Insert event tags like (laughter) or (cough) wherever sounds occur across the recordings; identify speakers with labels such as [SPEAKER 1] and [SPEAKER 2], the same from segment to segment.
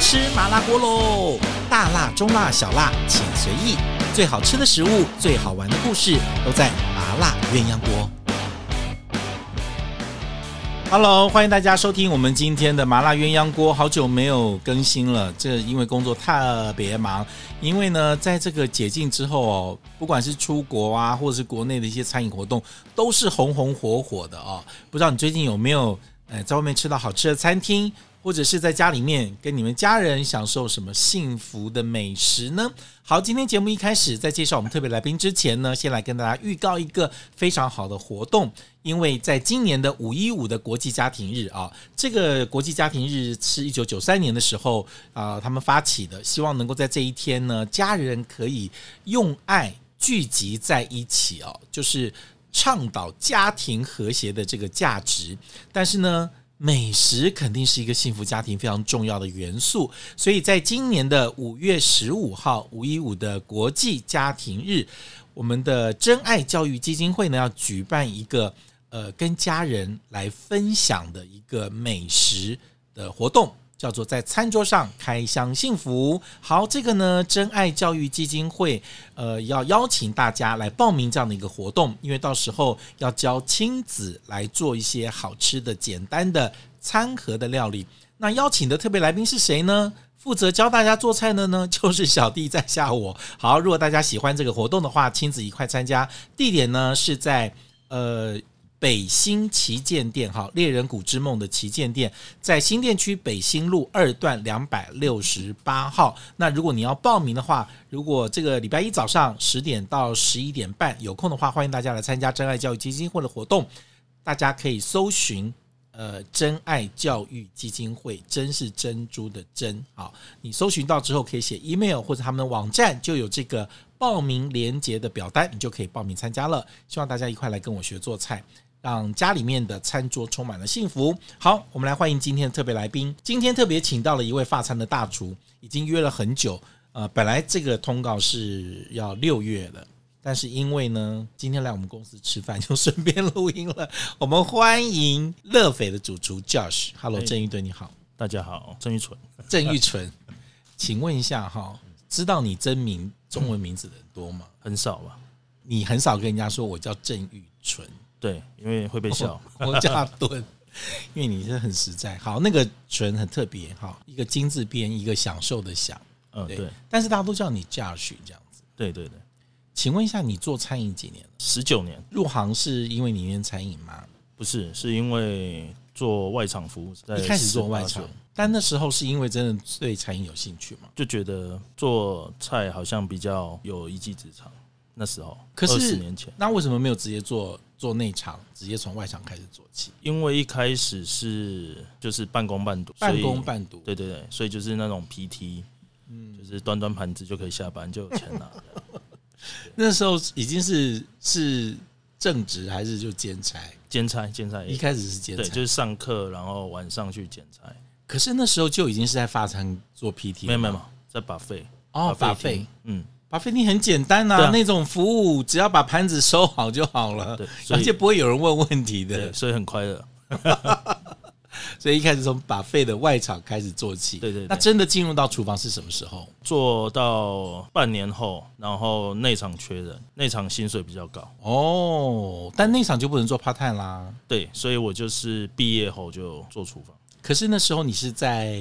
[SPEAKER 1] 吃麻辣锅喽！大辣、中辣、小辣，请随意。最好吃的食物，最好玩的故事，都在麻辣鸳鸯锅。Hello，欢迎大家收听我们今天的麻辣鸳鸯锅，好久没有更新了，这因为工作特别忙。因为呢，在这个解禁之后哦，不管是出国啊，或者是国内的一些餐饮活动，都是红红火火的哦。不知道你最近有没有呃在外面吃到好吃的餐厅，或者是在家里面跟你们家人享受什么幸福的美食呢？好，今天节目一开始，在介绍我们特别来宾之前呢，先来跟大家预告一个非常好的活动，因为在今年的五一五的国际家庭日啊，这个国际家庭日是一九九三年的时候啊、他们发起的，希望能够在这一天呢，家人可以用爱聚集在一起哦，就是倡导家庭和谐的这个价值。但是呢，美食肯定是一个幸福家庭非常重要的元素，所以在今年的五月十五号五一五的国际家庭日，我们的真爱教育基金会呢要举办一个呃跟家人来分享的一个美食的活动。叫做在餐桌上开箱幸福。好，这个呢，真爱教育基金会呃要邀请大家来报名这样的一个活动，因为到时候要教亲子来做一些好吃的、简单的餐盒的料理。那邀请的特别来宾是谁呢？负责教大家做菜的呢， (laughs) 就是小弟在下我。好，如果大家喜欢这个活动的话，亲子一块参加。地点呢是在呃北新旗舰店，哈，猎人谷之梦的旗舰店，在新店区北新路二段两百六十八号。那如果你要报名的话，如果这个礼拜一早上十点到十一点半有空的话，欢迎大家来参加真爱教育基金会的活动。大家可以搜寻呃真爱教育基金会，真是珍珠的真好，你搜寻到之后可以写 email 或者他们的网站就有这个报名连接的表单，你就可以报名参加了。希望大家一块来跟我学做菜。让家里面的餐桌充满了幸福。好，我们来欢迎今天的特别来宾。今天特别请到了一位发餐的大厨，已经约了很久。呃，本来这个通告是要六月的，但是因为呢，今天来我们公司吃饭，就顺便录音了。 (laughs) 我们欢迎乐斐的主厨 Josh。Hello，
[SPEAKER 2] 哎
[SPEAKER 1] 郑玉对你好，
[SPEAKER 2] 大家好，郑玉纯，
[SPEAKER 1] 郑玉纯，请问一下哈，知道你真名中文名字的人多吗？
[SPEAKER 2] 很少吧？
[SPEAKER 1] 你很少跟人家说我叫郑玉纯，
[SPEAKER 2] 对，因为会被笑。
[SPEAKER 1] (laughs) 我叫他蹲，因为你是很实在。好，那个纯很特别哈，一个金字边，一个享受的享，
[SPEAKER 2] 嗯，
[SPEAKER 1] 对。
[SPEAKER 2] 对，
[SPEAKER 1] 但是大家都叫你 Josh 这样子。
[SPEAKER 2] 对对对，
[SPEAKER 1] 请问一下，你做餐饮几年了？
[SPEAKER 2] 十九年
[SPEAKER 1] 入行是因为你念餐饮吗？
[SPEAKER 2] 不是，是因为做外场服务，在
[SPEAKER 1] 一开始做
[SPEAKER 2] 18
[SPEAKER 1] 外
[SPEAKER 2] 岁
[SPEAKER 1] 场，但那时候是因为真的对餐饮有兴趣吗？
[SPEAKER 2] 就觉得做菜好像比较有一技之长。那时候，
[SPEAKER 1] 可是
[SPEAKER 2] 20年前，
[SPEAKER 1] 那为什么没有直接做做内场，直接从外场开始做起？
[SPEAKER 2] 因为一开始是就是半工半读，
[SPEAKER 1] 半
[SPEAKER 2] 所
[SPEAKER 1] 工
[SPEAKER 2] 以
[SPEAKER 1] 半读，
[SPEAKER 2] 对对对，所以就是那种 PT，嗯，就是端端盘子就可以下班，就有钱
[SPEAKER 1] (laughs)
[SPEAKER 2] 拿。
[SPEAKER 1] 那时候已经是是正职还是就兼差？
[SPEAKER 2] 兼差兼差也
[SPEAKER 1] 一开始是兼
[SPEAKER 2] 哎对，
[SPEAKER 1] 差
[SPEAKER 2] 就，是上课，然后晚上去兼差。
[SPEAKER 1] 可是那时候就已经是在发餐做 PT，了
[SPEAKER 2] 没有没有，没有在把费
[SPEAKER 1] 哦，把费
[SPEAKER 2] 费，嗯，
[SPEAKER 1] 把费你很简单呐、
[SPEAKER 2] 对啊
[SPEAKER 1] 那种服务只要把盘子收好就好了
[SPEAKER 2] 对，所
[SPEAKER 1] 而
[SPEAKER 2] 以
[SPEAKER 1] 且不会有人问问题
[SPEAKER 2] 对，
[SPEAKER 1] 的。
[SPEAKER 2] 所以很快乐。
[SPEAKER 1] 所以一开始从把费的外场开始做起，
[SPEAKER 2] 对对对
[SPEAKER 1] 那真的进入到厨房是什么时候？
[SPEAKER 2] 做到半年后，然后内场缺人，内场薪水比较高，
[SPEAKER 1] 哦，但那场就不能做 part time 啦。
[SPEAKER 2] 对，所以我就是毕业后就做厨房，
[SPEAKER 1] 可是那时候你是在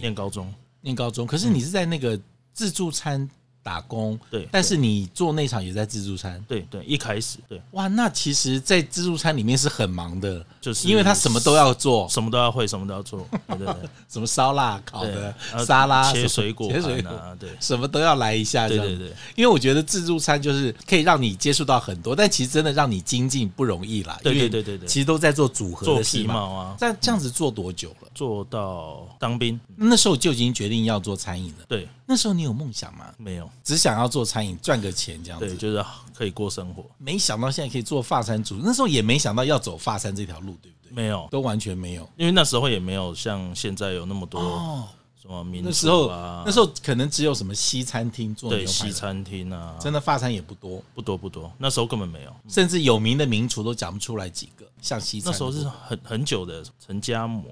[SPEAKER 2] 念高中，
[SPEAKER 1] 念高
[SPEAKER 2] 嗯
[SPEAKER 1] 中，可是你是在那个自助餐打工，
[SPEAKER 2] 对
[SPEAKER 1] 但是你做那场也在自助餐。
[SPEAKER 2] 对对，一开始对，
[SPEAKER 1] 哇，那其实，在自助餐里面是很忙的，
[SPEAKER 2] 就是
[SPEAKER 1] 因为他什么都要做，
[SPEAKER 2] 什么都要会，什么都要
[SPEAKER 1] (laughs)
[SPEAKER 2] 做，对对对，
[SPEAKER 1] 什么烧腊、烤
[SPEAKER 2] 对
[SPEAKER 1] 的、
[SPEAKER 2] 然后
[SPEAKER 1] 沙拉、什
[SPEAKER 2] 切
[SPEAKER 1] 么
[SPEAKER 2] 水果
[SPEAKER 1] 切水
[SPEAKER 2] 盘
[SPEAKER 1] 果，
[SPEAKER 2] 啊，对
[SPEAKER 1] 什么都要来一下。
[SPEAKER 2] 对
[SPEAKER 1] 这
[SPEAKER 2] 对
[SPEAKER 1] 样
[SPEAKER 2] 对，
[SPEAKER 1] 因为我觉得自助餐就是可以让你接触到很多，但其实真的让你精进不容易啦。
[SPEAKER 2] 对
[SPEAKER 1] 因为
[SPEAKER 2] 对对对对
[SPEAKER 1] 其实都在做组合
[SPEAKER 2] 做
[SPEAKER 1] 的事
[SPEAKER 2] 皮
[SPEAKER 1] 嘛。
[SPEAKER 2] 毛啊，
[SPEAKER 1] 但这样子做多久了？
[SPEAKER 2] 做到当兵，
[SPEAKER 1] 那时候就已经决定要做餐饮了。
[SPEAKER 2] 对，
[SPEAKER 1] 那时候你有梦想吗？
[SPEAKER 2] 没有，
[SPEAKER 1] 只想要做餐饮赚个钱这样
[SPEAKER 2] 对，
[SPEAKER 1] 子，
[SPEAKER 2] 就是可以过生活，
[SPEAKER 1] 没想到现在可以做发餐主厨。那时候也没想到要走发餐这条路，对不对？
[SPEAKER 2] 没有，
[SPEAKER 1] 都完全没有。
[SPEAKER 2] 因为那时候也没有像现在有那么多
[SPEAKER 1] 哦，
[SPEAKER 2] 什么民
[SPEAKER 1] 那时
[SPEAKER 2] 宿
[SPEAKER 1] 候
[SPEAKER 2] 啊
[SPEAKER 1] 那，时候可能只有什么西餐厅做
[SPEAKER 2] 对
[SPEAKER 1] 牛排
[SPEAKER 2] 西
[SPEAKER 1] 的，
[SPEAKER 2] 餐厅啊，
[SPEAKER 1] 真的发餐也不多。
[SPEAKER 2] 不多不多，那时候根本没有。
[SPEAKER 1] 甚至有名的名厨都讲不出来几个，像西餐
[SPEAKER 2] 那时候是很很久的陈家模、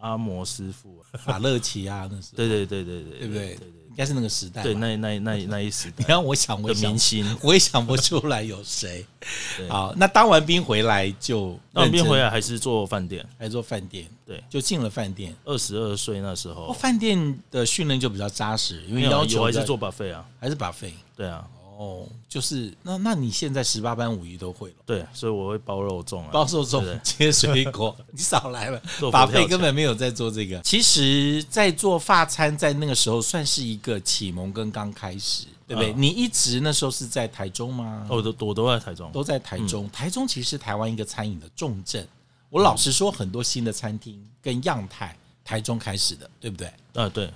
[SPEAKER 2] 阿摩师傅啊， (laughs)
[SPEAKER 1] 法乐奇啊，那是
[SPEAKER 2] 对对对对对，
[SPEAKER 1] 对不对
[SPEAKER 2] 对对？
[SPEAKER 1] 应该是那个时代吧。
[SPEAKER 2] 对，那那那那一时
[SPEAKER 1] (laughs) 你
[SPEAKER 2] 代
[SPEAKER 1] 让我想， (laughs) 我
[SPEAKER 2] 的
[SPEAKER 1] 也想
[SPEAKER 2] 明，星，
[SPEAKER 1] 我也想不出来有谁
[SPEAKER 2] (laughs) 对。
[SPEAKER 1] 好，那当完兵回来就
[SPEAKER 2] 那我
[SPEAKER 1] 认
[SPEAKER 2] 变
[SPEAKER 1] 真
[SPEAKER 2] 回来还是做饭店，
[SPEAKER 1] 来做饭店，
[SPEAKER 2] 对，哦
[SPEAKER 1] 就进了饭店。
[SPEAKER 2] 二十二岁那时
[SPEAKER 1] 哦，
[SPEAKER 2] 候，
[SPEAKER 1] 饭店的训练就比较扎实，因为
[SPEAKER 2] 没有
[SPEAKER 1] 要
[SPEAKER 2] 啊有
[SPEAKER 1] 求
[SPEAKER 2] 还是
[SPEAKER 1] 的
[SPEAKER 2] 做 buffet 啊，
[SPEAKER 1] 还是把费。
[SPEAKER 2] 对啊，
[SPEAKER 1] 哦，就是那那你现在十八般武艺都会了，
[SPEAKER 2] 对，所以我会包肉粽啊，
[SPEAKER 1] (laughs) 包受众
[SPEAKER 2] 对
[SPEAKER 1] 切水果， (laughs) 你少来了
[SPEAKER 2] 做，佛
[SPEAKER 1] 把
[SPEAKER 2] 跳
[SPEAKER 1] 费
[SPEAKER 2] 墙
[SPEAKER 1] 根本没有在做这个。其实，在做法餐，在那个时候算是一个启蒙跟刚开始，对不对？
[SPEAKER 2] 嗯
[SPEAKER 1] 你一直那时候是在台中吗？
[SPEAKER 2] 哦我都我都在台中，
[SPEAKER 1] 都在台中。台中其实是台湾一个餐饮的重镇。我老实说，很多新的餐厅跟样态，台中开始的，对不对？
[SPEAKER 2] 啊对，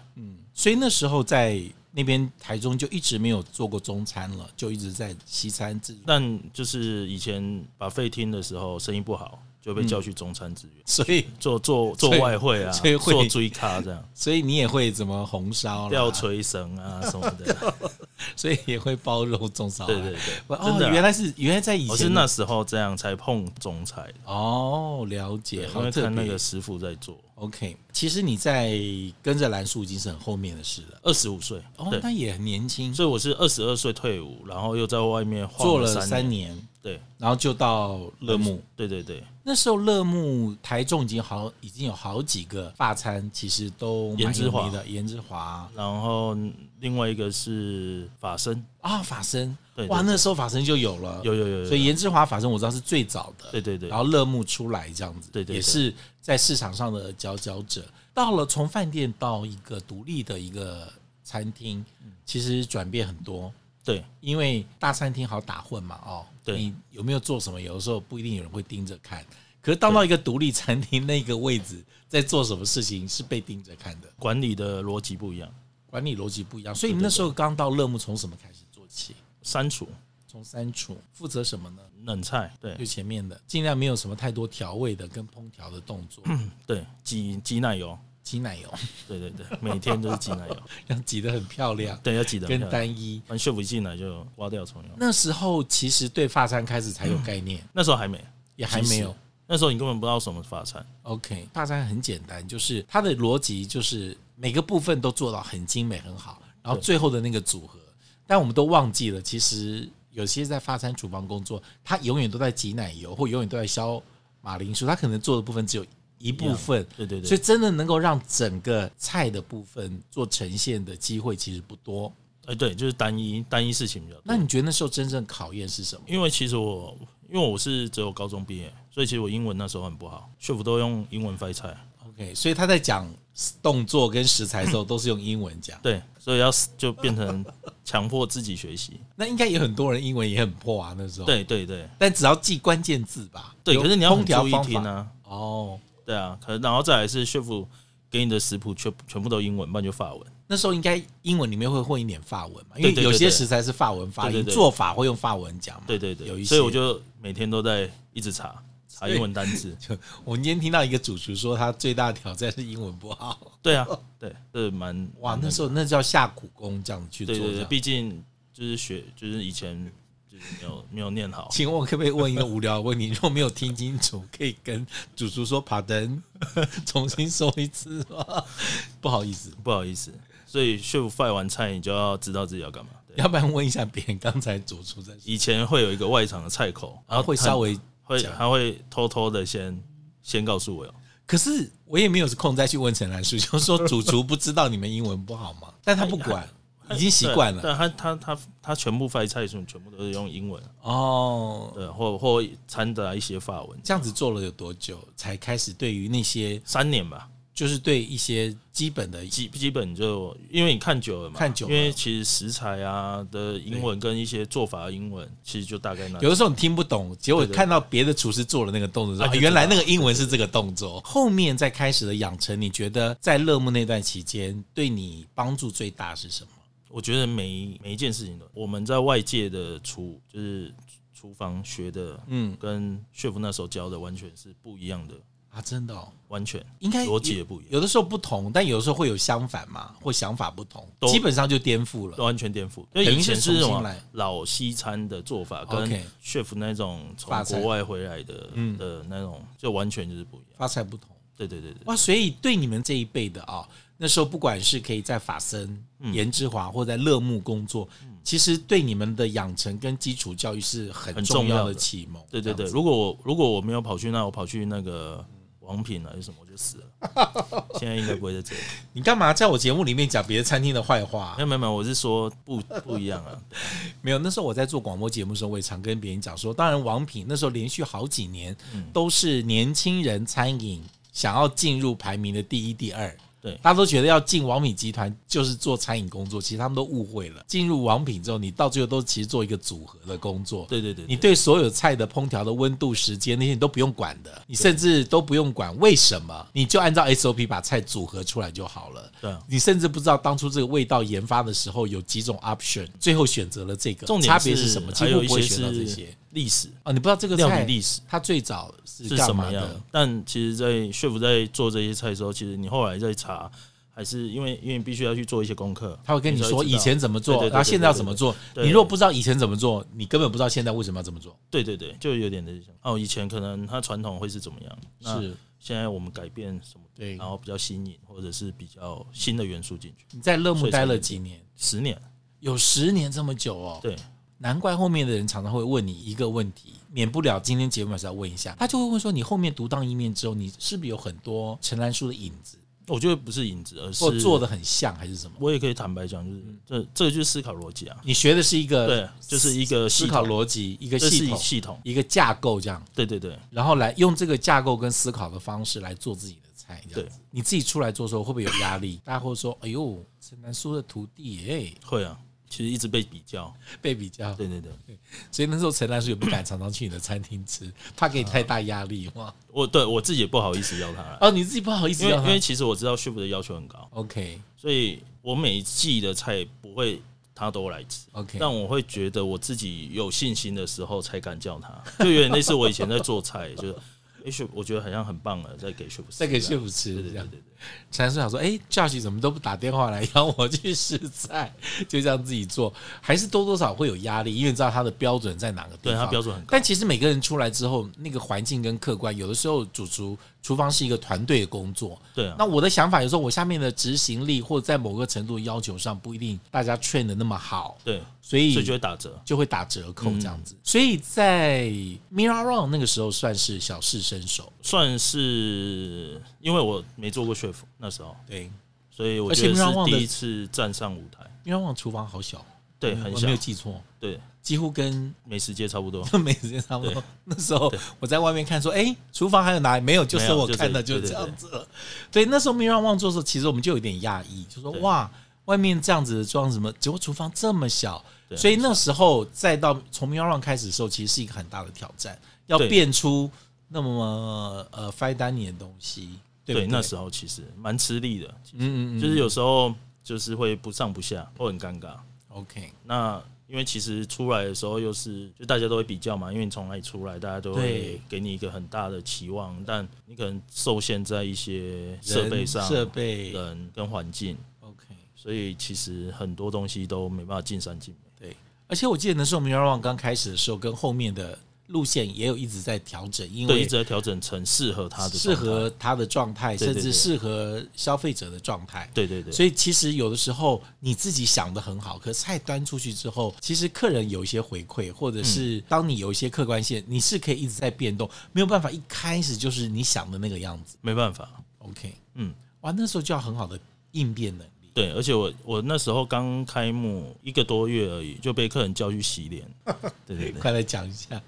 [SPEAKER 1] 所以那时候在那边台中就一直没有做过中餐了，就一直在西餐自助。
[SPEAKER 2] 但就是以前把费厅的时候生意不好，就被叫去中餐支援，
[SPEAKER 1] 所以，
[SPEAKER 2] 做做做
[SPEAKER 1] 所以
[SPEAKER 2] 外汇啊，
[SPEAKER 1] 所以会
[SPEAKER 2] 做追咖这样，
[SPEAKER 1] 所以你也会怎么红烧啦
[SPEAKER 2] 哦吊，锤绳啊什么
[SPEAKER 1] (laughs)
[SPEAKER 2] 的，
[SPEAKER 1] 所以也会包肉粽烧啊。
[SPEAKER 2] 对对对，
[SPEAKER 1] 哦
[SPEAKER 2] 真，的啊
[SPEAKER 1] 原来是原来在以
[SPEAKER 2] 我是
[SPEAKER 1] 前
[SPEAKER 2] 那时候这样才碰中菜的，
[SPEAKER 1] 哦，了解，
[SPEAKER 2] 因
[SPEAKER 1] 好
[SPEAKER 2] 为
[SPEAKER 1] 特
[SPEAKER 2] 看那
[SPEAKER 1] 别
[SPEAKER 2] 个。师傅在做，
[SPEAKER 1] OK，其实你在跟着蓝树已经是很后面的事了。
[SPEAKER 2] 二十五岁，
[SPEAKER 1] 哦
[SPEAKER 2] 对，，
[SPEAKER 1] 那也很年轻，
[SPEAKER 2] 所以我是二十二岁退伍，然后又在外面晃
[SPEAKER 1] 做了
[SPEAKER 2] 三
[SPEAKER 1] 三，年，
[SPEAKER 2] 对，
[SPEAKER 1] 然后就到乐木。
[SPEAKER 2] 对对对，
[SPEAKER 1] 那时候乐木台中已经好，已经有好几个发餐，其实都蛮
[SPEAKER 2] 颜之
[SPEAKER 1] 有
[SPEAKER 2] 华
[SPEAKER 1] 名的颜之华
[SPEAKER 2] 然后另外一个是法身，
[SPEAKER 1] 啊，法生，
[SPEAKER 2] 对对
[SPEAKER 1] 哇，
[SPEAKER 2] 对
[SPEAKER 1] 那时候法生就有了，
[SPEAKER 2] 有有有有，
[SPEAKER 1] 哦所以
[SPEAKER 2] 有
[SPEAKER 1] 颜之华法生我知道是最早的，
[SPEAKER 2] 对对对
[SPEAKER 1] 然，后乐木出来这样子，
[SPEAKER 2] 对对对
[SPEAKER 1] 也是在市场上的佼佼者。到了从饭店到一个独立的一个餐厅，
[SPEAKER 2] 嗯
[SPEAKER 1] 其实转变很多。
[SPEAKER 2] 对
[SPEAKER 1] 因为大餐厅好打混嘛，哦，
[SPEAKER 2] 对
[SPEAKER 1] 你有没有做什么，有的时候不一定有人会盯着看。可是当到一个独立餐厅那个位置，在做什么事情是被盯着看的，
[SPEAKER 2] 管理的逻辑不一样，
[SPEAKER 1] 管理逻辑不一样。所以你那时候刚到乐木，从什么开始做起？
[SPEAKER 2] 删除
[SPEAKER 1] 从三厨负责什么呢？
[SPEAKER 2] 冷菜，对
[SPEAKER 1] 就前面的，尽量没有什么太多调味的跟烹调的动
[SPEAKER 2] (clears throat)
[SPEAKER 1] 作，
[SPEAKER 2] 对，挤挤奶油，
[SPEAKER 1] 挤奶油
[SPEAKER 2] 对对对，每天都是挤
[SPEAKER 1] (laughs)
[SPEAKER 2] 奶油，
[SPEAKER 1] 要挤得很漂亮，
[SPEAKER 2] 对，嗯要挤得
[SPEAKER 1] 跟
[SPEAKER 2] 很漂亮
[SPEAKER 1] 单一。
[SPEAKER 2] 反正血府一进来就挖掉重用，
[SPEAKER 1] 那时候其实对发餐开始才有概念，
[SPEAKER 2] 那时候还没，
[SPEAKER 1] 也还没
[SPEAKER 2] 嗯其
[SPEAKER 1] 有
[SPEAKER 2] 实。那时候你根本不知道什么法餐，
[SPEAKER 1] OK，大餐很简单，就是它的逻辑就是每个部分都做到很精美很好，然后最后的那个组合，但我们都忘记了，其实有些在发餐厨房工作，他永远都在挤奶油或永远都在削马铃薯，他可能做的部分只有一部分，
[SPEAKER 2] 对对
[SPEAKER 1] 所以
[SPEAKER 2] 对，
[SPEAKER 1] 真的能够让整个菜的部分做呈现的机会其实不多。
[SPEAKER 2] 哎对，就是单一单一事情比较多。
[SPEAKER 1] 那你觉得那时候真正考验是什么？
[SPEAKER 2] 因为其实我因为我是只有高中毕业，所以其实我英文那时候很不好，学府都用英文翻菜，
[SPEAKER 1] OK，所以他在讲动作跟食材的时候都是用英文讲，
[SPEAKER 2] 对，所以要就变成强迫自己学习，
[SPEAKER 1] 那应该有很多人英文也很破啊，那时候。
[SPEAKER 2] 对对对
[SPEAKER 1] 但只要记关键字吧。
[SPEAKER 2] 对，
[SPEAKER 1] 有
[SPEAKER 2] 可是你要
[SPEAKER 1] 烹
[SPEAKER 2] 很
[SPEAKER 1] 调
[SPEAKER 2] 注意
[SPEAKER 1] 方
[SPEAKER 2] 听
[SPEAKER 1] 法
[SPEAKER 2] 啊，
[SPEAKER 1] 哦，
[SPEAKER 2] 对啊，可能然后再来是学府给你的食谱全全部都英文，不然就法文，
[SPEAKER 1] 那时候应该英文里面会混一点法文嘛，因
[SPEAKER 2] 对
[SPEAKER 1] 为
[SPEAKER 2] 对对
[SPEAKER 1] 有些
[SPEAKER 2] 对
[SPEAKER 1] 食材是法文发
[SPEAKER 2] 对
[SPEAKER 1] 音，
[SPEAKER 2] 对对
[SPEAKER 1] 做法会用法文讲嘛。
[SPEAKER 2] 对对对，
[SPEAKER 1] 有一些。
[SPEAKER 2] 所以我就每天都在一直查查英文单
[SPEAKER 1] (laughs)
[SPEAKER 2] 字，
[SPEAKER 1] 我们今天听到一个主厨说，他最大的挑战是英文不好。
[SPEAKER 2] 对啊，对，这蛮
[SPEAKER 1] 哇，那时
[SPEAKER 2] 候
[SPEAKER 1] 候那叫下苦功，这样去做
[SPEAKER 2] 嗯对对
[SPEAKER 1] 这
[SPEAKER 2] 对，
[SPEAKER 1] 样。
[SPEAKER 2] 毕竟就是学就是以前就是没有没有念好， (laughs)
[SPEAKER 1] 请问可不可以问一个无聊的问题？如果没有听清楚，可以跟主厨说 “pardon”，重 (laughs) 新说一次吗？不好意思，
[SPEAKER 2] 不好意思，所以 chef 饭完菜，你就要知道自己要干嘛。对，
[SPEAKER 1] 要不然问一下别人刚才主厨在说，
[SPEAKER 2] 以前会有一个外场的菜口，然
[SPEAKER 1] 啊
[SPEAKER 2] 后
[SPEAKER 1] 会稍微
[SPEAKER 2] 会
[SPEAKER 1] 讲
[SPEAKER 2] 他会偷偷的先先告诉我哟。
[SPEAKER 1] 可是我也没有空再去问陈兰叔，就说主厨不知道你们英文不好吗？但他不管，已经习惯了
[SPEAKER 2] 哎对但他他他他全部饭菜什么全部都是用英文，
[SPEAKER 1] 哦。
[SPEAKER 2] 对，或或掺杂一些法文。
[SPEAKER 1] 这样子做了有多久才开始对于那些
[SPEAKER 2] 三年吧，
[SPEAKER 1] 就是对一些基本的
[SPEAKER 2] 基基本就因为你看久了嘛，
[SPEAKER 1] 看久了
[SPEAKER 2] 因为其实食材啊的英文跟一些做法的英文，其实就大概那
[SPEAKER 1] 有的时候你听不懂，结果
[SPEAKER 2] 对对
[SPEAKER 1] 看到别的厨师做了那个动作，说、啊、
[SPEAKER 2] 啊就知道
[SPEAKER 1] 原来那个英文是这个动作。后面再开始的养成，你觉得在乐木那段期间对你帮助最大是什么？
[SPEAKER 2] 我觉得每一每一件事情都，我们在外界的厨就是厨房学的，
[SPEAKER 1] 嗯
[SPEAKER 2] 嗯，跟血夫那时候教的完全是不一样的，
[SPEAKER 1] 啊，真的、哦，
[SPEAKER 2] 完全
[SPEAKER 1] 应该
[SPEAKER 2] 逻辑也不一样，
[SPEAKER 1] 有的时候不同，但有的时候会有相反嘛，或想法不同，
[SPEAKER 2] 都
[SPEAKER 1] 基本上就颠覆了。
[SPEAKER 2] 完全颠覆。因为
[SPEAKER 1] 等于
[SPEAKER 2] 以前
[SPEAKER 1] 是重
[SPEAKER 2] 是那
[SPEAKER 1] 新
[SPEAKER 2] 种
[SPEAKER 1] 来
[SPEAKER 2] 老西餐的做法，跟
[SPEAKER 1] OK
[SPEAKER 2] 血夫那种从
[SPEAKER 1] 法餐嗯
[SPEAKER 2] 国外回来的的那种，就完全就是不一样。
[SPEAKER 1] 发财不同。
[SPEAKER 2] 对对对对，
[SPEAKER 1] 哇，所以对你们这一辈的啊、那时候不管是可以在法森、
[SPEAKER 2] 嗯
[SPEAKER 1] 颜之华或在乐木工作，其实对你们的养成跟基础教育是很
[SPEAKER 2] 很
[SPEAKER 1] 重
[SPEAKER 2] 重
[SPEAKER 1] 要
[SPEAKER 2] 要
[SPEAKER 1] 的
[SPEAKER 2] 的
[SPEAKER 1] 启蒙。
[SPEAKER 2] 对对
[SPEAKER 1] 这
[SPEAKER 2] 对，
[SPEAKER 1] 样子，
[SPEAKER 2] 如果我如果我没有跑去那，我跑去那个王品啊，还是什么，我就死了。
[SPEAKER 1] (laughs)
[SPEAKER 2] 现在应该不会在这里。
[SPEAKER 1] 你干嘛在我节目里面讲别的餐厅的坏话
[SPEAKER 2] 没？有没有没有，我是说不不一样啊。
[SPEAKER 1] 没有，那时候我在做广播节目的时候，我也常跟别人讲说，当然王品那时候连续好几年
[SPEAKER 2] 嗯
[SPEAKER 1] 都是年轻人餐饮想要进入排名的第一、第二。
[SPEAKER 2] 对
[SPEAKER 1] 大家都觉得要进王品集团就是做餐饮工作，其实他们都误会了。进入王品之后，你到最后都其实做一个组合的工作。
[SPEAKER 2] 对对对，
[SPEAKER 1] 你
[SPEAKER 2] 对
[SPEAKER 1] 对所有菜的烹调的温度、时间那些你都不用管的，你甚至都不用管为什么，你就按照 SOP 把菜组合出来就好了。
[SPEAKER 2] 对啊
[SPEAKER 1] 你甚至不知道当初这个味道研发的时候有几种 option，最后选择了这个，
[SPEAKER 2] 重点
[SPEAKER 1] 差别是什么？几
[SPEAKER 2] 还
[SPEAKER 1] 乎
[SPEAKER 2] 有一
[SPEAKER 1] 不会
[SPEAKER 2] 些
[SPEAKER 1] 学到这
[SPEAKER 2] 是
[SPEAKER 1] 些
[SPEAKER 2] 历史
[SPEAKER 1] 哦，你不知道这个
[SPEAKER 2] 料
[SPEAKER 1] 菜
[SPEAKER 2] 理历史
[SPEAKER 1] 它最早是
[SPEAKER 2] 是
[SPEAKER 1] 干
[SPEAKER 2] 什
[SPEAKER 1] 嘛
[SPEAKER 2] 么
[SPEAKER 1] 的
[SPEAKER 2] 样。。但其实，在 chef 在做这些菜的时候，其实你后来在查，还是因为因为你必须要去做一些功课。
[SPEAKER 1] 他会跟你
[SPEAKER 2] 才
[SPEAKER 1] 说
[SPEAKER 2] 知
[SPEAKER 1] 以
[SPEAKER 2] 道
[SPEAKER 1] 前怎么做，
[SPEAKER 2] 对对对
[SPEAKER 1] 然后现在要
[SPEAKER 2] 对对
[SPEAKER 1] 怎么做。
[SPEAKER 2] 对
[SPEAKER 1] 你如果不知道以前怎么做，你根本不知道现在为什么要这么做。
[SPEAKER 2] 对对对，就有点的哦，以前可能它传统会是怎么样，那
[SPEAKER 1] 是
[SPEAKER 2] 现在我们改变什么，
[SPEAKER 1] 对
[SPEAKER 2] 然。后比较新颖或者是比较新的元素进去。
[SPEAKER 1] 你在乐木
[SPEAKER 2] 所以
[SPEAKER 1] 待
[SPEAKER 2] 才
[SPEAKER 1] 了
[SPEAKER 2] 能
[SPEAKER 1] 几年？
[SPEAKER 2] 十年，
[SPEAKER 1] 有十年这么久哦。
[SPEAKER 2] 对，
[SPEAKER 1] 难怪后面的人常常会问你一个问题，免不了今天节目还是要问一下，他就会问说，你后面独当一面之后，你是不是有很多陈兰书的影子，
[SPEAKER 2] 我觉得不是影子，而
[SPEAKER 1] 或
[SPEAKER 2] 是
[SPEAKER 1] 做的很嗯像，还是什么？
[SPEAKER 2] 我也可以坦白讲，就是这这个就是思考逻辑啊，
[SPEAKER 1] 你学的是一个
[SPEAKER 2] 对，就是一个
[SPEAKER 1] 呃思
[SPEAKER 2] 系
[SPEAKER 1] 考
[SPEAKER 2] 统，
[SPEAKER 1] 逻辑，一个
[SPEAKER 2] 这是
[SPEAKER 1] 系
[SPEAKER 2] 一
[SPEAKER 1] 统，
[SPEAKER 2] 系统，
[SPEAKER 1] 一个架构这样，
[SPEAKER 2] 对对对，
[SPEAKER 1] 然后来用这个架构跟思考的方式来做自己的菜，这样
[SPEAKER 2] 对
[SPEAKER 1] 子。你自己出来做的时候会不会有压力？大家会说，哎呦，陈兰书的徒弟耶， (laughs)
[SPEAKER 2] 会啊，其实一直被比较，
[SPEAKER 1] 被比较。
[SPEAKER 2] 对对对，
[SPEAKER 1] 所以那时候陈兰书也不敢常常去你的餐厅吃，怕
[SPEAKER 2] 啊
[SPEAKER 1] 给你太大压力哇。
[SPEAKER 2] 我对我自己也不好意思要他啦，
[SPEAKER 1] 哦，你自己不好意思
[SPEAKER 2] 因为
[SPEAKER 1] 要
[SPEAKER 2] 因
[SPEAKER 1] 他，
[SPEAKER 2] 为其实我知道 chef 的要求很高，
[SPEAKER 1] OK
[SPEAKER 2] 所以我每一季的菜不会他都来吃。
[SPEAKER 1] OK，
[SPEAKER 2] 但我会觉得我自己有信心的时候才敢叫他，就有点类似我以前在做菜，就是也许我觉得好像很棒了，再给 chef
[SPEAKER 1] 再给
[SPEAKER 2] 吃
[SPEAKER 1] chef 吃
[SPEAKER 2] 啊这样对
[SPEAKER 1] 这
[SPEAKER 2] 对
[SPEAKER 1] 样
[SPEAKER 2] 对。对对，
[SPEAKER 1] 陈叔想说，哎、j o s h 怎么都不打电话来邀我去试菜，就这样自己做，还是多多少会有压力，因为你知道他的标准在哪个地
[SPEAKER 2] 对他
[SPEAKER 1] 方。
[SPEAKER 2] 标准很高，
[SPEAKER 1] 但其实每个人出来之后，那个环境跟客观，有的时候主厨厨房是一个团队的工作。
[SPEAKER 2] 对啊
[SPEAKER 1] 那，我的想法有时候我下面的执行力或者在某个程度的要求上不一定大家 train 的那么好，
[SPEAKER 2] 对，
[SPEAKER 1] 所
[SPEAKER 2] 所以就嗯
[SPEAKER 1] 以
[SPEAKER 2] 会打折。
[SPEAKER 1] 就会打折扣这样子。所以在 Mira Ron 那个时候算是小试身手，
[SPEAKER 2] 算是因为我没做过 chef 那时候，
[SPEAKER 1] 对。
[SPEAKER 2] 所以
[SPEAKER 1] 而
[SPEAKER 2] 我
[SPEAKER 1] 且
[SPEAKER 2] 觉得
[SPEAKER 1] 不要忘
[SPEAKER 2] 是
[SPEAKER 1] 了
[SPEAKER 2] 第一次站上舞台，
[SPEAKER 1] 因为旺厨房好小，哦
[SPEAKER 2] 对，很
[SPEAKER 1] 嗯我没
[SPEAKER 2] 小
[SPEAKER 1] 有，记错，
[SPEAKER 2] 对，
[SPEAKER 1] 几乎跟
[SPEAKER 2] 美食界差不多。
[SPEAKER 1] 美食街差不多
[SPEAKER 2] 对。
[SPEAKER 1] 那时候我在外面看说，哎、厨房还有哪里没有？就
[SPEAKER 2] 没有
[SPEAKER 1] 是我
[SPEAKER 2] 就这
[SPEAKER 1] 看的，就是
[SPEAKER 2] 对对
[SPEAKER 1] 这样子了。对，那时候没让旺做的时候，其实我们就有点讶异，就说
[SPEAKER 2] 对
[SPEAKER 1] 哇，外面这样子的装什么，结果厨房这么小。
[SPEAKER 2] 对
[SPEAKER 1] 所以那时候再到从喵浪开始的时候，其实是一个很大的挑战，要
[SPEAKER 2] 对
[SPEAKER 1] 变出那么呃 fine dining 的东西，对不对？
[SPEAKER 2] 对，那时候其实蛮吃力的，
[SPEAKER 1] 嗯嗯嗯，
[SPEAKER 2] 就是有时候就是会不上不下，会很尴尬。
[SPEAKER 1] OK，
[SPEAKER 2] 那因为其实出来的时候又是就大家都会比较嘛，因为你从哪里出来，大家都
[SPEAKER 1] 对
[SPEAKER 2] 会给你一个很大的期望，但你可能受限在一些设备
[SPEAKER 1] 人
[SPEAKER 2] 上、
[SPEAKER 1] 设备
[SPEAKER 2] 人跟环境，
[SPEAKER 1] OK。
[SPEAKER 2] 所以其实很多东西都没办法尽善尽美。
[SPEAKER 1] 对，而且我记得那时候我们 Yarwan 刚开始的时候，跟后面的路线也有一直在调整，因
[SPEAKER 2] 对，一
[SPEAKER 1] 为
[SPEAKER 2] 直在调整成适合他的
[SPEAKER 1] 适
[SPEAKER 2] 状态，
[SPEAKER 1] 合他的状态，
[SPEAKER 2] 对
[SPEAKER 1] 甚
[SPEAKER 2] 对对
[SPEAKER 1] 至适合消费者的状态。
[SPEAKER 2] 对对对，
[SPEAKER 1] 所以其实有的时候你自己想的很好，可菜端出去之后，其实客人有一些回馈，或者是
[SPEAKER 2] 嗯
[SPEAKER 1] 当你有一些客观性，你是可以一直在变动，没有办法一开始就是你想的那个样子。
[SPEAKER 2] 没办法，
[SPEAKER 1] OK，
[SPEAKER 2] 嗯，
[SPEAKER 1] 哇，那时候就要很好的应变能力。
[SPEAKER 2] 对，而且我我那时候刚开幕一个多月而已，就被客人叫去洗脸，对对对，
[SPEAKER 1] 快来讲一下，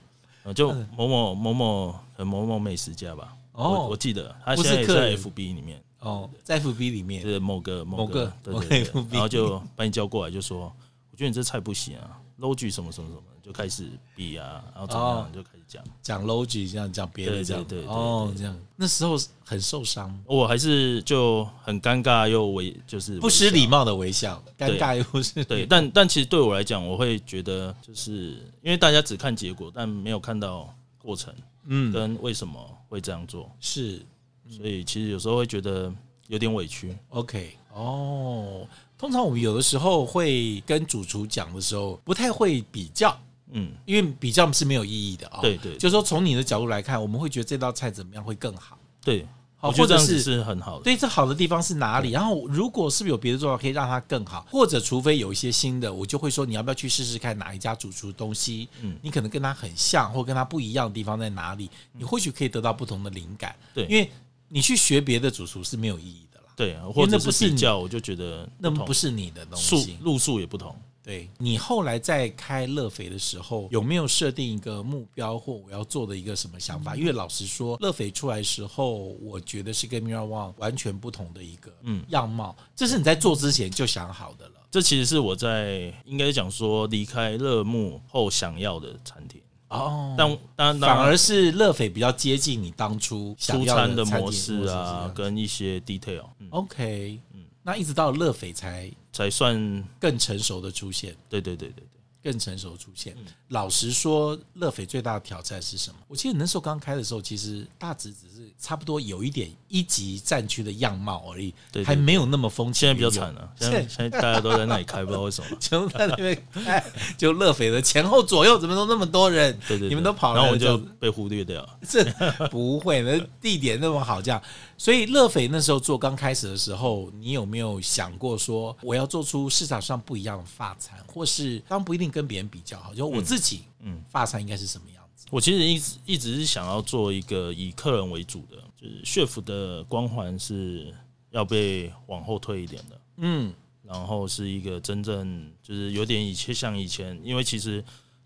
[SPEAKER 2] 呃，就某某某某呃某某美食家吧。
[SPEAKER 1] 嗯哦
[SPEAKER 2] 我我记得他
[SPEAKER 1] 不
[SPEAKER 2] 现
[SPEAKER 1] 是
[SPEAKER 2] 在也
[SPEAKER 1] 客
[SPEAKER 2] 在
[SPEAKER 1] 人
[SPEAKER 2] FB 里面，
[SPEAKER 1] 哦，在 FB 里面
[SPEAKER 2] 就是某个
[SPEAKER 1] 某
[SPEAKER 2] 某
[SPEAKER 1] 个
[SPEAKER 2] 个对
[SPEAKER 1] 某个
[SPEAKER 2] 对对
[SPEAKER 1] FB，
[SPEAKER 2] 然后就把你叫过来，就说我觉得你这菜不行啊，logi 什么什么什么，就开始比啊，然后怎么
[SPEAKER 1] 哦
[SPEAKER 2] 样就开始讲。
[SPEAKER 1] 讲 logi 这样讲别的
[SPEAKER 2] 对
[SPEAKER 1] 这样，
[SPEAKER 2] 对对对
[SPEAKER 1] 哦，这样那时候很受伤，
[SPEAKER 2] 我还是就很尴尬又微就是
[SPEAKER 1] 不失礼貌的微笑，尴
[SPEAKER 2] 对
[SPEAKER 1] 尬又不失
[SPEAKER 2] 微笑。对，
[SPEAKER 1] 礼貌
[SPEAKER 2] 但但其实对我来讲，我会觉得就是因为大家只看结果，但没有看到过程
[SPEAKER 1] 嗯，
[SPEAKER 2] 跟为什么会这样做，
[SPEAKER 1] (laughs) 是
[SPEAKER 2] 所以其实有时候会觉得有点委屈。
[SPEAKER 1] OK 哦。通常我们有的时候会跟主厨讲的时候，不太会比较，
[SPEAKER 2] 嗯，
[SPEAKER 1] 因为比较是没有意义的啊、哦。
[SPEAKER 2] 对对对
[SPEAKER 1] 就是说从你的角度来看，我们会觉得这道菜怎么样会更好。
[SPEAKER 2] 对，
[SPEAKER 1] 哦
[SPEAKER 2] 我觉得这样
[SPEAKER 1] 或者
[SPEAKER 2] 子
[SPEAKER 1] 是
[SPEAKER 2] 是很好的。
[SPEAKER 1] 对，这好的地方是哪里？然后如果是不是有别的做法可以让它更好，或者除非有一些新的，我就会说你要不要去试试看哪一家主厨的东西？嗯
[SPEAKER 2] 嗯，
[SPEAKER 1] 你可能跟他很像，或跟他不一样的地方在哪里？你或许可以得到不同的灵感。
[SPEAKER 2] 对
[SPEAKER 1] 因为你去学别的主厨是没有意义的啦，
[SPEAKER 2] 对，或
[SPEAKER 1] 那
[SPEAKER 2] 者
[SPEAKER 1] 不是
[SPEAKER 2] 是比
[SPEAKER 1] 你
[SPEAKER 2] 较，我就觉得
[SPEAKER 1] 那
[SPEAKER 2] 同
[SPEAKER 1] 不是你的东
[SPEAKER 2] 数
[SPEAKER 1] 西。
[SPEAKER 2] 路数也不同。
[SPEAKER 1] 对你后来在开乐肥的时候，有没有设定一个目标或我要做的一个什么想法？
[SPEAKER 2] 嗯
[SPEAKER 1] 因为老实说，乐肥出来时候，我觉得是跟 Mirror One 完全不同的一个
[SPEAKER 2] 嗯
[SPEAKER 1] 样貌。这是你在做之前就想好的了
[SPEAKER 2] 这其实是我在应该讲说离开乐幕后想要的餐厅，
[SPEAKER 1] 哦，
[SPEAKER 2] 但但
[SPEAKER 1] 反
[SPEAKER 2] 当然
[SPEAKER 1] 而是乐肥比较接近你当初想
[SPEAKER 2] 出
[SPEAKER 1] 要
[SPEAKER 2] 餐的
[SPEAKER 1] 餐
[SPEAKER 2] 模
[SPEAKER 1] 厅
[SPEAKER 2] 式啊，
[SPEAKER 1] 是这样
[SPEAKER 2] 跟一些 detail，嗯，
[SPEAKER 1] OK，那一直到乐肥才
[SPEAKER 2] 才算
[SPEAKER 1] 更成熟的出现。
[SPEAKER 2] 对对对对对。
[SPEAKER 1] 更成熟出
[SPEAKER 2] 嗯
[SPEAKER 1] 现。老实说，乐斐最大的挑战是什么？我记得那时候刚开的时候，其实大直只是差不多有一点一级战区的样貌而已，
[SPEAKER 2] 对对
[SPEAKER 1] 还没有那么风
[SPEAKER 2] 现
[SPEAKER 1] 情
[SPEAKER 2] 在
[SPEAKER 1] 云
[SPEAKER 2] 比
[SPEAKER 1] 涌。
[SPEAKER 2] 较惨了、现在现在大家都在那里开，不知道为什么。
[SPEAKER 1] 全部在那边开， (laughs) 就乐斐的前后左右怎么都那么多人？
[SPEAKER 2] 对对
[SPEAKER 1] (laughs)
[SPEAKER 2] 对
[SPEAKER 1] 你们都跑来
[SPEAKER 2] 然后我
[SPEAKER 1] 这
[SPEAKER 2] 就
[SPEAKER 1] 样子
[SPEAKER 2] 被忽略掉了。
[SPEAKER 1] 这不会的，地点那么好，这样。 (laughs) 所以乐斐那时候做刚开始的时候，你有没有想过说，我要做出市场上不一样的发餐，或是当然不一定跟别人比较好，就我自己，嗯
[SPEAKER 2] 嗯，
[SPEAKER 1] 发餐应该是什么样子？
[SPEAKER 2] 我其实一直一直是想要做一个以客人为主的，就是血府的光环是要被往后推一点的，
[SPEAKER 1] 嗯，
[SPEAKER 2] 然后是一个真正就是有点以前像以前，因为其实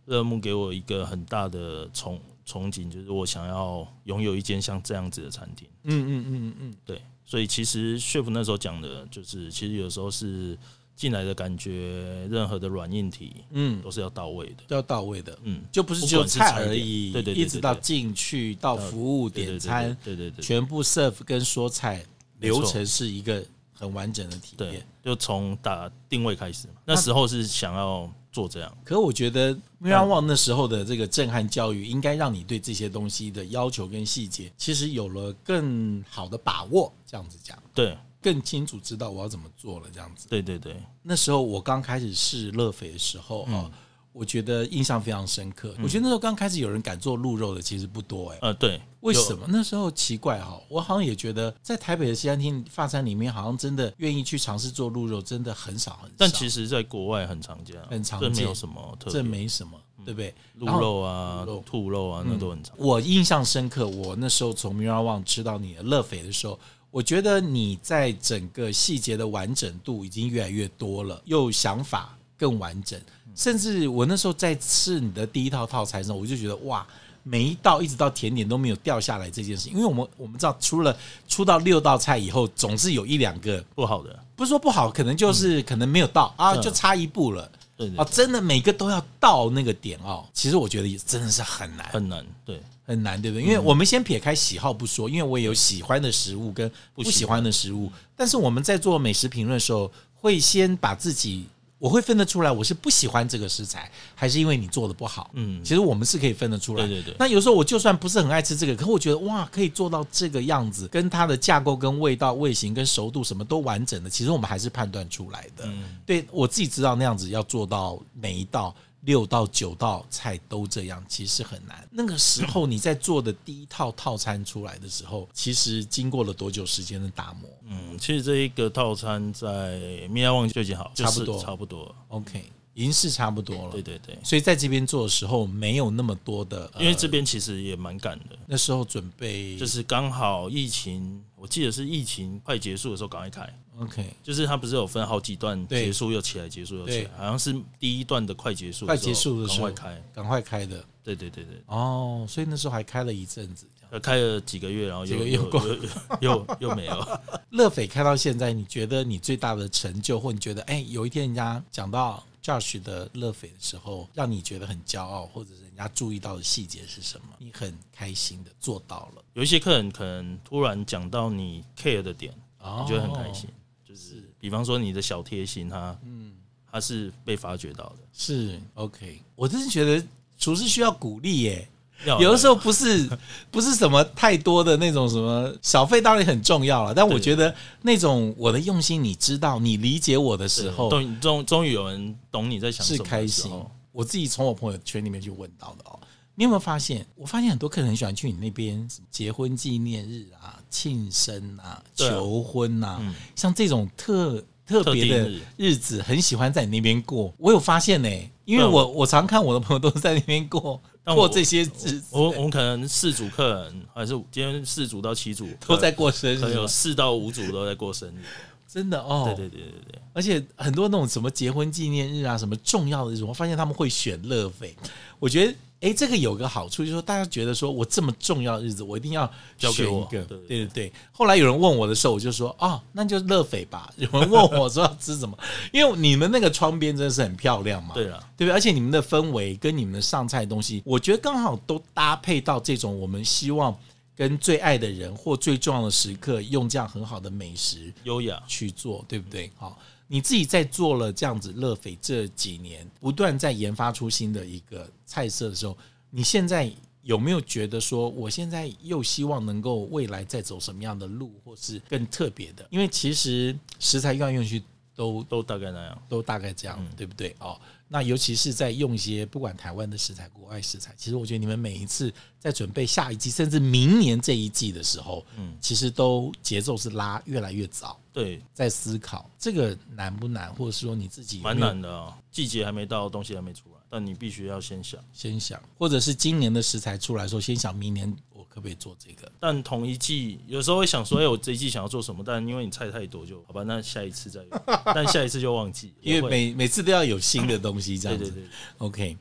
[SPEAKER 2] 乐木给我一个很大的憧憧憬，就是我想要拥有一间像这样子的餐厅。
[SPEAKER 1] 嗯嗯嗯嗯
[SPEAKER 2] 对，所以其实 chef 那时候讲的就是，其实有时候是进来的感觉，任何的软硬体
[SPEAKER 1] 嗯，
[SPEAKER 2] 都是要到位的。
[SPEAKER 1] 都要到位的，
[SPEAKER 2] 嗯，
[SPEAKER 1] 就不是只有菜而已，
[SPEAKER 2] 不管是菜点对对对对
[SPEAKER 1] 一直到进去到服务
[SPEAKER 2] 对对
[SPEAKER 1] 点餐，
[SPEAKER 2] 对对对对
[SPEAKER 1] 全部 serve 跟说菜
[SPEAKER 2] 没错
[SPEAKER 1] 流程是一个很完整的体
[SPEAKER 2] 对
[SPEAKER 1] 验
[SPEAKER 2] 对。，就从打定位开始嘛。那时候是想要做这样，
[SPEAKER 1] 可我觉得 m i r a w a n 那时候的这个震撼教育，应该让你对这些东西的要求跟细节，其实有了更好的把握。这样子讲，
[SPEAKER 2] 对
[SPEAKER 1] 更清楚知道我要怎么做了。这样子，
[SPEAKER 2] 对对对，
[SPEAKER 1] 那时候我刚开始试乐肥的时候啊、
[SPEAKER 2] 嗯
[SPEAKER 1] 哦我觉得印象非常深刻。我觉得那时候刚开始有人敢做鹿肉的，其实不多哎、
[SPEAKER 2] 呃对，
[SPEAKER 1] 为
[SPEAKER 2] 有
[SPEAKER 1] 什？么那时候奇怪哈、我好像也觉得在台北的西餐厅、法餐里面，好像真的愿意去尝试做鹿肉，真的很少很少。
[SPEAKER 2] 但其实在国外很常见啊，
[SPEAKER 1] 很常
[SPEAKER 2] 这
[SPEAKER 1] 见
[SPEAKER 2] 没有什么特
[SPEAKER 1] 这
[SPEAKER 2] 别。
[SPEAKER 1] 没什么，对不对？
[SPEAKER 2] 鹿
[SPEAKER 1] 然后
[SPEAKER 2] 肉啊
[SPEAKER 1] 鹿肉、嗯
[SPEAKER 2] 兔肉啊，那都很常。
[SPEAKER 1] 我印象深刻，我那时候从 m i r a w a n 吃到你的乐斐的时候，我觉得你在整个细节的完整度已经越来越多了，又想法更完整，甚至我那时候在吃你的第一套套餐的时候，我就觉得哇。每一道一直到甜点都没有掉下来这件事，因为我们我们知道，出了出到六道菜以后，总是有一两个
[SPEAKER 2] 不好的，
[SPEAKER 1] 不是说不好，可能就是可能没有到啊，
[SPEAKER 2] 嗯
[SPEAKER 1] 就差一步了
[SPEAKER 2] 对对
[SPEAKER 1] 啊，真的每个都要到那个点哦。其实我觉得也真的是很难，
[SPEAKER 2] 很难。对，
[SPEAKER 1] 很难，
[SPEAKER 2] 嗯
[SPEAKER 1] 对不对？因为我们先撇开喜好不说，因为我也有喜欢的食物跟不喜欢的食
[SPEAKER 2] 嗯
[SPEAKER 1] 物，但是我们在做美食评论的时候，会先把自己。我会分得出来，我是不喜欢这个食材，还是因为你做的不好？嗯，
[SPEAKER 2] 嗯
[SPEAKER 1] 其实我们是可以分得出来。
[SPEAKER 2] 对对对
[SPEAKER 1] 那有时候我就算不是很爱吃这个，可我觉得哇，可以做到这个样子，跟它的架构、跟味道、味型、跟熟度什么都完整的，其实我们还是判断出来
[SPEAKER 2] 嗯
[SPEAKER 1] 的。对我自己知道那样子要做到每一道六到九道菜都这样，其实很难。那个时候你在做的第一套套餐出来的时候，其实经过了多久时间的打磨
[SPEAKER 2] 嗯，其实这一个套餐在米亚旺就已经好，就
[SPEAKER 1] 差不
[SPEAKER 2] 是
[SPEAKER 1] 多
[SPEAKER 2] 差不多了。
[SPEAKER 1] ？OK，已经是差不多了
[SPEAKER 2] 对。对对，
[SPEAKER 1] 所以在这边做的时候，没有那么多的，呃嗯
[SPEAKER 2] 因为这边其实也蛮赶的，
[SPEAKER 1] 那时候准备
[SPEAKER 2] 就是是刚好疫情，我记得是疫情快结束的时候赶快开，
[SPEAKER 1] OK，
[SPEAKER 2] 就是它不是有分好几段，
[SPEAKER 1] 对
[SPEAKER 2] 结束又起来，结束又起
[SPEAKER 1] 对
[SPEAKER 2] 来，好像是第一段的快结束，
[SPEAKER 1] 快结束的时候
[SPEAKER 2] 赶快开，
[SPEAKER 1] 赶快开的
[SPEAKER 2] 对对对对，
[SPEAKER 1] 哦。所以那时候还开了一阵子。这样
[SPEAKER 2] 呃开了几个月，然后
[SPEAKER 1] 几个
[SPEAKER 2] 又
[SPEAKER 1] 月
[SPEAKER 2] 又
[SPEAKER 1] 过
[SPEAKER 2] 又又又又没有，
[SPEAKER 1] 乐斐开到现在，你觉得你最大的成就，或你觉得哎、有一天人家讲到 Josh 的乐斐的时候，让你觉得很骄傲，或者是人家注意到的细节是什么？你很开心的做到了，
[SPEAKER 2] 有一些客人可能突然讲到你 care 的点，
[SPEAKER 1] 哦
[SPEAKER 2] 我觉得很开心，就是比方说你的小贴心，他嗯，他是被发掘到的，
[SPEAKER 1] 是 OK，我真是觉得厨师需要鼓励耶。
[SPEAKER 2] 要
[SPEAKER 1] 有的时
[SPEAKER 2] 候
[SPEAKER 1] 候不是不是什么太多的那种什么小费，当然很重要了。但我
[SPEAKER 2] 对
[SPEAKER 1] 觉得那种我的用心，你知道，你理解我的时候，
[SPEAKER 2] 终终终于有人懂你在想什
[SPEAKER 1] 是
[SPEAKER 2] 么的
[SPEAKER 1] 开
[SPEAKER 2] 时
[SPEAKER 1] 心
[SPEAKER 2] 候。
[SPEAKER 1] 我自己从我朋友圈里面去问到的哦。你有没有发现？我发现很多客人很喜欢去你那边，什么结婚纪念日啊、庆生啊、
[SPEAKER 2] 对啊
[SPEAKER 1] 求婚啊，
[SPEAKER 2] 嗯
[SPEAKER 1] 像这种特特别
[SPEAKER 2] 特
[SPEAKER 1] 的
[SPEAKER 2] 定日
[SPEAKER 1] 日子，很喜欢在你那边过。我有发现呢、因为
[SPEAKER 2] 对啊
[SPEAKER 1] 我我常看我的朋友都在那边过
[SPEAKER 2] 但我
[SPEAKER 1] 过这些日子，
[SPEAKER 2] 我我们可能四组客人，还是今天四组到七组
[SPEAKER 1] 都在，过生
[SPEAKER 2] 可能
[SPEAKER 1] 日啊
[SPEAKER 2] 有，四到五组都在过生日。
[SPEAKER 1] 真的哦。
[SPEAKER 2] 对对对对对，
[SPEAKER 1] 而且很多那种什么结婚纪念日啊，什么重要的日子，我发现他们会选乐费。我觉得，哎、这个有个好处，就是说大家觉得说我这么重要的日子，我一定要
[SPEAKER 2] 交给
[SPEAKER 1] 选
[SPEAKER 2] 我
[SPEAKER 1] 一个。
[SPEAKER 2] 对
[SPEAKER 1] 对对对。后来有人问我的时候，我就说哦，那就乐费吧。有人问我说要吃什么，因为你们那个窗边真的是很漂亮嘛。
[SPEAKER 2] 对了，
[SPEAKER 1] 对不对？而且你们的氛围跟你们的上菜的东西，我觉得刚好都搭配到这种我们希望跟最爱的人或最重要的时刻，用这样很好的美食
[SPEAKER 2] 优雅。
[SPEAKER 1] 去做，对不对？好，你自己在做了这样子乐斐这几年，不断在研发出新的一个菜色的时候，你现在有没有觉得说，我现在又希望能够未来再走什么样的路，或是更特别的？因为其实食材用来用去都
[SPEAKER 2] 都大概那样，
[SPEAKER 1] 都大概这样，对不对？哦，那尤其是在用一些不管台湾的食材、国外食材，其实我觉得你们每一次在准备下一季，甚至明年这一季的时候，嗯
[SPEAKER 2] 嗯，
[SPEAKER 1] 其实都节奏是拉越来越早。
[SPEAKER 2] 对，
[SPEAKER 1] 在思考这个难不难，或者说你自己有没有
[SPEAKER 2] 蛮难的啊。季节还没到，东西还没出来，但你必须要先想。
[SPEAKER 1] 先想，或者是今年的食材出来的时候，先想明年我可不可以做这个？
[SPEAKER 2] 但同一季有时候会想说，哎、我这一季想要做什么？但因为你菜太多就，好吧，那下一次再有，但下一次就忘记，
[SPEAKER 1] 因
[SPEAKER 2] 也
[SPEAKER 1] 为
[SPEAKER 2] 会
[SPEAKER 1] 每每次都要有新的东西，这
[SPEAKER 2] 对
[SPEAKER 1] 样子。
[SPEAKER 2] 对对，
[SPEAKER 1] (laughs) OK，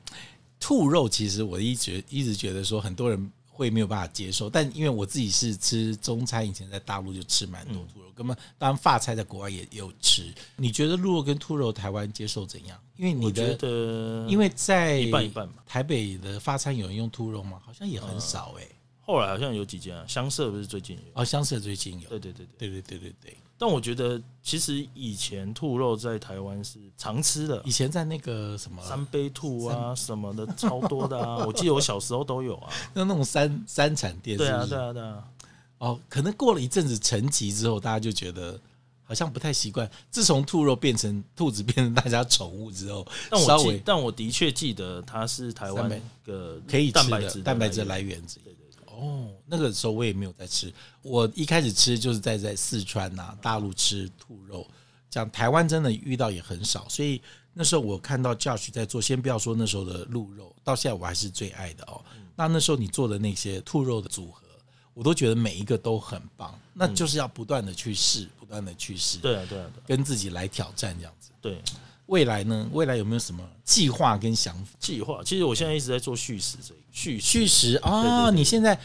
[SPEAKER 1] 兔肉其实我一直一直觉得说很多人会没有办法接受，但因为我自己是吃中餐，以前在大陆就吃蛮多
[SPEAKER 2] 嗯
[SPEAKER 1] 兔肉，根本当然法菜在国外也也有吃。你觉得鹿肉跟兔肉台湾接受怎样？因为
[SPEAKER 2] 我
[SPEAKER 1] 你
[SPEAKER 2] 觉
[SPEAKER 1] 的
[SPEAKER 2] 得
[SPEAKER 1] 因为在
[SPEAKER 2] 一半一半吧。呃
[SPEAKER 1] 台北的法餐有人用兔肉吗？好像也很少哎、
[SPEAKER 2] 后来好像有几间啊，香舍不是最近有？
[SPEAKER 1] 哦，香舍最近有，
[SPEAKER 2] 对对对对。
[SPEAKER 1] 对对对对对，
[SPEAKER 2] 但我觉得其实以前兔肉在台湾是常吃的
[SPEAKER 1] 以，前在那个什么，
[SPEAKER 2] 三杯兔啊什么的超多的啊，我记得我小时候都有啊。
[SPEAKER 1] (laughs) 那那种三三产店是
[SPEAKER 2] 对啊
[SPEAKER 1] 不是
[SPEAKER 2] 对？啊对啊，
[SPEAKER 1] 哦，可能过了一阵子沉寂之后，大家就觉得好像不太习惯。自从兔肉变成兔子变成大家宠物之后，
[SPEAKER 2] 但
[SPEAKER 1] 稍
[SPEAKER 2] 我
[SPEAKER 1] 微
[SPEAKER 2] 记但我的确记得它是台湾
[SPEAKER 1] 三杯
[SPEAKER 2] 个
[SPEAKER 1] 可以吃
[SPEAKER 2] 蛋白
[SPEAKER 1] 的
[SPEAKER 2] 质
[SPEAKER 1] 蛋白质
[SPEAKER 2] 的
[SPEAKER 1] 来源之一。哦，那个时候我也没有在吃，我一开始吃就是在在四川呐、大陆吃兔肉，讲台湾真的遇到也很少，所以那时候我看到 Josh 在做，先不要说那时候的鹿肉，到现在我还是最爱的哦。那那时候你做的那些兔肉的组合，我都觉得每一个都很棒，那就是要不断的去试，不断的去试，
[SPEAKER 2] 对啊对啊
[SPEAKER 1] 跟自己来挑战这样子。
[SPEAKER 2] 对啊对，
[SPEAKER 1] 未来呢？未来有没有什么计划跟想法？
[SPEAKER 2] 计划其实我现在一直在做续食这一续
[SPEAKER 1] 续食
[SPEAKER 2] 对
[SPEAKER 1] 啊、
[SPEAKER 2] 对对
[SPEAKER 1] 你现在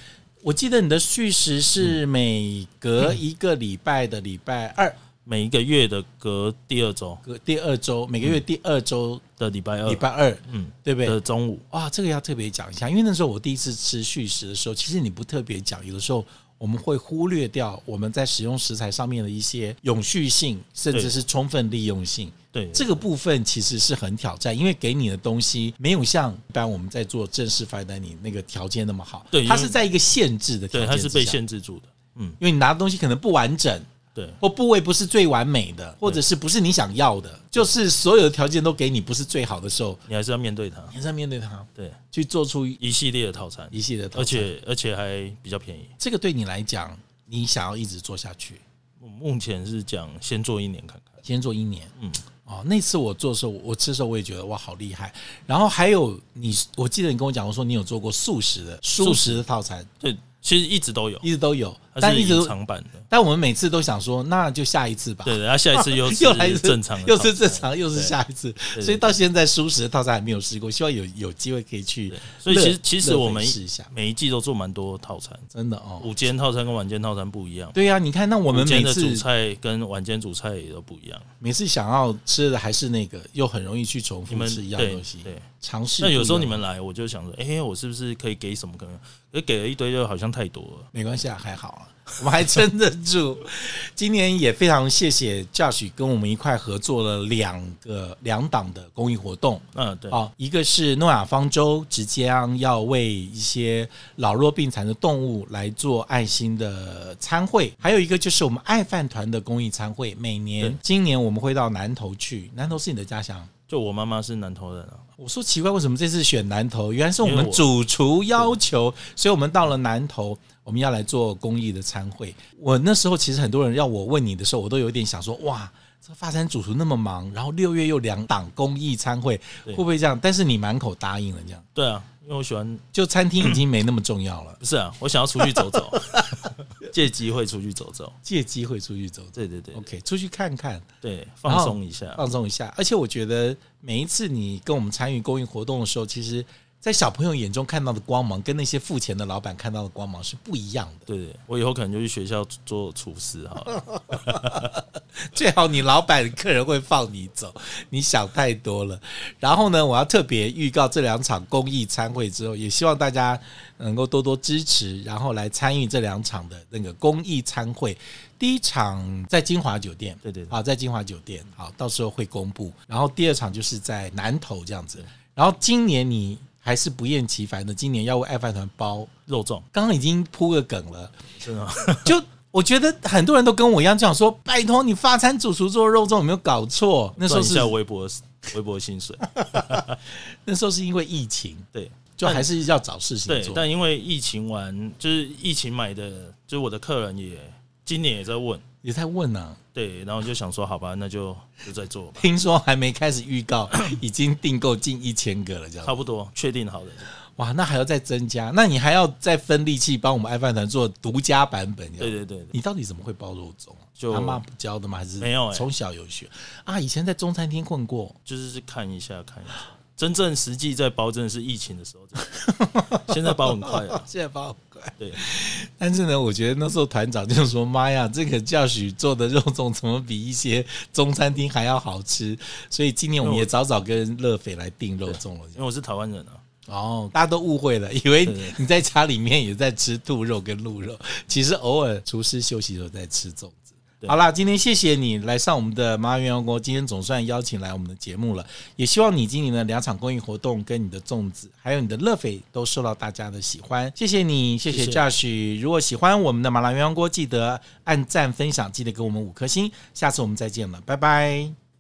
[SPEAKER 1] 我记得你的续食
[SPEAKER 2] 嗯
[SPEAKER 1] 是每隔一个礼拜的礼拜二，
[SPEAKER 2] 每一个月的隔第二周
[SPEAKER 1] 隔第二周，每个月第二周
[SPEAKER 2] 的礼拜二
[SPEAKER 1] 礼拜二，
[SPEAKER 2] 嗯
[SPEAKER 1] 对不对
[SPEAKER 2] 的？中午，
[SPEAKER 1] 哇，这个要特别讲一下，因为那时候我第一次吃续食的时候，其实你不特别讲，有的时候我们会忽略掉我们在使用食材上面的一些永续性，甚至
[SPEAKER 2] 对
[SPEAKER 1] 是充分利用性。
[SPEAKER 2] 对
[SPEAKER 1] 这个部分其实是很挑战，因为给你的东西没有像一般我们在做正式 fine dining 那个条件那么好，
[SPEAKER 2] 对因为
[SPEAKER 1] 它是在一个限制的条
[SPEAKER 2] 对
[SPEAKER 1] 件，
[SPEAKER 2] 它是被，限制住的，嗯
[SPEAKER 1] 因为你拿的东西可能不完整，
[SPEAKER 2] 对
[SPEAKER 1] 或部位不是最完美的，或者是不是你想要的，就是所有的条件都给你不是最好的时候，
[SPEAKER 2] 你还是要面对它，
[SPEAKER 1] 你在面对它，
[SPEAKER 2] 对
[SPEAKER 1] 去做出一
[SPEAKER 2] 一系列的套餐，
[SPEAKER 1] 系列的，
[SPEAKER 2] 而。且而且还比较便宜。
[SPEAKER 1] 这个对你来讲，你想要一直做下去，
[SPEAKER 2] 我目前是讲先做一年看看，
[SPEAKER 1] 先做一年。
[SPEAKER 2] 嗯，
[SPEAKER 1] 哦，那次我做的时候，我吃的时候我也觉得哇，好厉害。然后还有你，我记得你跟我讲，我说你有做过素食的素食的套餐，
[SPEAKER 2] 对，其实一直都有，
[SPEAKER 1] 一直都有，
[SPEAKER 2] 它
[SPEAKER 1] 但
[SPEAKER 2] 是
[SPEAKER 1] 一直
[SPEAKER 2] 隐
[SPEAKER 1] 都，
[SPEAKER 2] 藏版的，
[SPEAKER 1] 但我们每次都想说，那就下一次吧。
[SPEAKER 2] 对，然后下一次又
[SPEAKER 1] (laughs) 又来一
[SPEAKER 2] 是
[SPEAKER 1] 次
[SPEAKER 2] 正常的套餐，
[SPEAKER 1] 又是正常，又是下一次，
[SPEAKER 2] 对
[SPEAKER 1] 所以到现在素食的套餐还没有试过，希望有有机会可以去乐。
[SPEAKER 2] 对。所以其实其实
[SPEAKER 1] 乐
[SPEAKER 2] 我
[SPEAKER 1] 飞
[SPEAKER 2] 们
[SPEAKER 1] 试一下，
[SPEAKER 2] 每一季都做蛮多套餐，
[SPEAKER 1] 真的哦。
[SPEAKER 2] 午间套餐跟晚间套餐不一样，
[SPEAKER 1] 对呀、啊你看，那我
[SPEAKER 2] 我
[SPEAKER 1] 们每
[SPEAKER 2] 的主
[SPEAKER 1] 次
[SPEAKER 2] 菜跟晚间主菜也都不一样。
[SPEAKER 1] 每次想要吃的还是那个，又很容易去重
[SPEAKER 2] 你
[SPEAKER 1] 复
[SPEAKER 2] 们
[SPEAKER 1] 吃一样
[SPEAKER 2] 对
[SPEAKER 1] 东西。
[SPEAKER 2] 对，
[SPEAKER 1] 尝试不
[SPEAKER 2] 那
[SPEAKER 1] 一样。
[SPEAKER 2] 有时候你们来，我就想说，哎、我是不是可以给什么？可能可是给了一堆，就好像太多了。
[SPEAKER 1] 没关系啊，还好啊，我们还撑得住。 (laughs) 今年也非常谢谢 Josh 跟我们一块合作了两个两档的公益活动。
[SPEAKER 2] 嗯，对，
[SPEAKER 1] 哦，一个是诺亚方舟，即将要为一些老弱病残的动物来做爱心的餐会；还有一个就是我们爱饭团的公益餐会，每年
[SPEAKER 2] 对
[SPEAKER 1] 今年我们会到南投去。南投是你的家乡，
[SPEAKER 2] 就我妈妈是南投人啊，
[SPEAKER 1] 我说奇怪，为什么这次选南投？原来是我
[SPEAKER 2] 因为
[SPEAKER 1] 们
[SPEAKER 2] 我
[SPEAKER 1] 主厨要求，所以我们到了南投，我们要来做公益的餐会。我那时候其实很多人要我问你的时候，我都有点想说，哇，这个发餐主厨那么忙，然后六月又两档公益餐会，会
[SPEAKER 2] 对
[SPEAKER 1] 不会这样？但是你满口答应了，这样
[SPEAKER 2] 对啊，因为我喜欢
[SPEAKER 1] 就餐厅已经没那么重要了，
[SPEAKER 2] 不是啊，我想要出去走
[SPEAKER 1] (laughs)
[SPEAKER 2] 走，借机会出去走走。
[SPEAKER 1] 借机会出去走走。
[SPEAKER 2] 对对对
[SPEAKER 1] OK，出去哦看看，
[SPEAKER 2] 对，放松一下。
[SPEAKER 1] 放松一下。而且我觉得每一次你跟我们参与公益活动的时候，其实，在小朋友眼中看到的光芒，跟那些付钱的老板看到的光芒是不一样的。
[SPEAKER 2] 对对，我以后可能就去学校做厨师好
[SPEAKER 1] 哦
[SPEAKER 2] 了。
[SPEAKER 1] 最好你老板客人会放你走，你想太多了。然后呢，我要特别预告这两场公益参会之后，也希望大家能够多多支持，然后来参与这两场的那个公益参会。第一场在金华酒店，
[SPEAKER 2] 对对对
[SPEAKER 1] 好，在金华酒店，好，到时候会公布。然后第二场就是在南投这样子。然后今年你还是不厌其烦的，今年要为爱饭团包，
[SPEAKER 2] 肉粽
[SPEAKER 1] 刚刚已经铺个梗了。
[SPEAKER 2] 真的吗， (laughs)
[SPEAKER 1] 就我觉得很多人都跟我一样，这样说：拜托你发餐主厨做肉粽有没有搞错？那时候
[SPEAKER 2] 赚一
[SPEAKER 1] 是
[SPEAKER 2] 下微博微博薪水。
[SPEAKER 1] 那时候是因为疫情，
[SPEAKER 2] 对
[SPEAKER 1] 就还是要找事情
[SPEAKER 2] 对，
[SPEAKER 1] 做。
[SPEAKER 2] 但因为疫情完，就是疫情买的，就是我的客人也今年也在问。
[SPEAKER 1] 也在问呢、
[SPEAKER 2] 对，然后就想说，好吧，那就就再做
[SPEAKER 1] (laughs)
[SPEAKER 2] 吧，
[SPEAKER 1] 听说还没开始预告，已经订购近一千个了，这样
[SPEAKER 2] 差不多确定好了。
[SPEAKER 1] 哇，那还要再增加，那你还要再分力气帮我们爱饭团做独家版本。这样
[SPEAKER 2] 对对对，
[SPEAKER 1] 你到底怎么会包肉粽啊？
[SPEAKER 2] 就
[SPEAKER 1] 阿妈不教的吗？还是
[SPEAKER 2] 没有欸
[SPEAKER 1] 从小有学啊？以前在中餐厅混过，
[SPEAKER 2] 就是看一下看一下。真正实际在包，真的是疫情的时候，真的现在包很快
[SPEAKER 1] (laughs)
[SPEAKER 2] 啊。
[SPEAKER 1] 现在包很快。
[SPEAKER 2] 对，
[SPEAKER 1] 但是呢，我觉得那时候团长就说：“妈呀，这个教许做的肉粽怎么比一些中餐厅还要好吃？”所以今年我们也早早跟乐斐来订肉粽了。
[SPEAKER 2] 因为我是台湾人啊，
[SPEAKER 1] 哦，大家都误会了，以为
[SPEAKER 2] 对对
[SPEAKER 1] 你在家里面也在吃兔肉跟鹿肉， (laughs) 其实偶尔厨师休息的时候在吃粽子。
[SPEAKER 2] 对
[SPEAKER 1] 好啦，今天谢谢你来上我们的麻园阳光，今天总算邀请来我们的节目了，也希望你今年的两场公益活动跟你的粽子，还有你的乐斐都受到大家的喜欢，谢谢你，谢谢
[SPEAKER 2] 谢谢
[SPEAKER 1] Josh。如果喜欢我们的麻辣鸳鸯锅，记得按赞、分享，记得给我们五颗星。下次我们再见了，拜拜。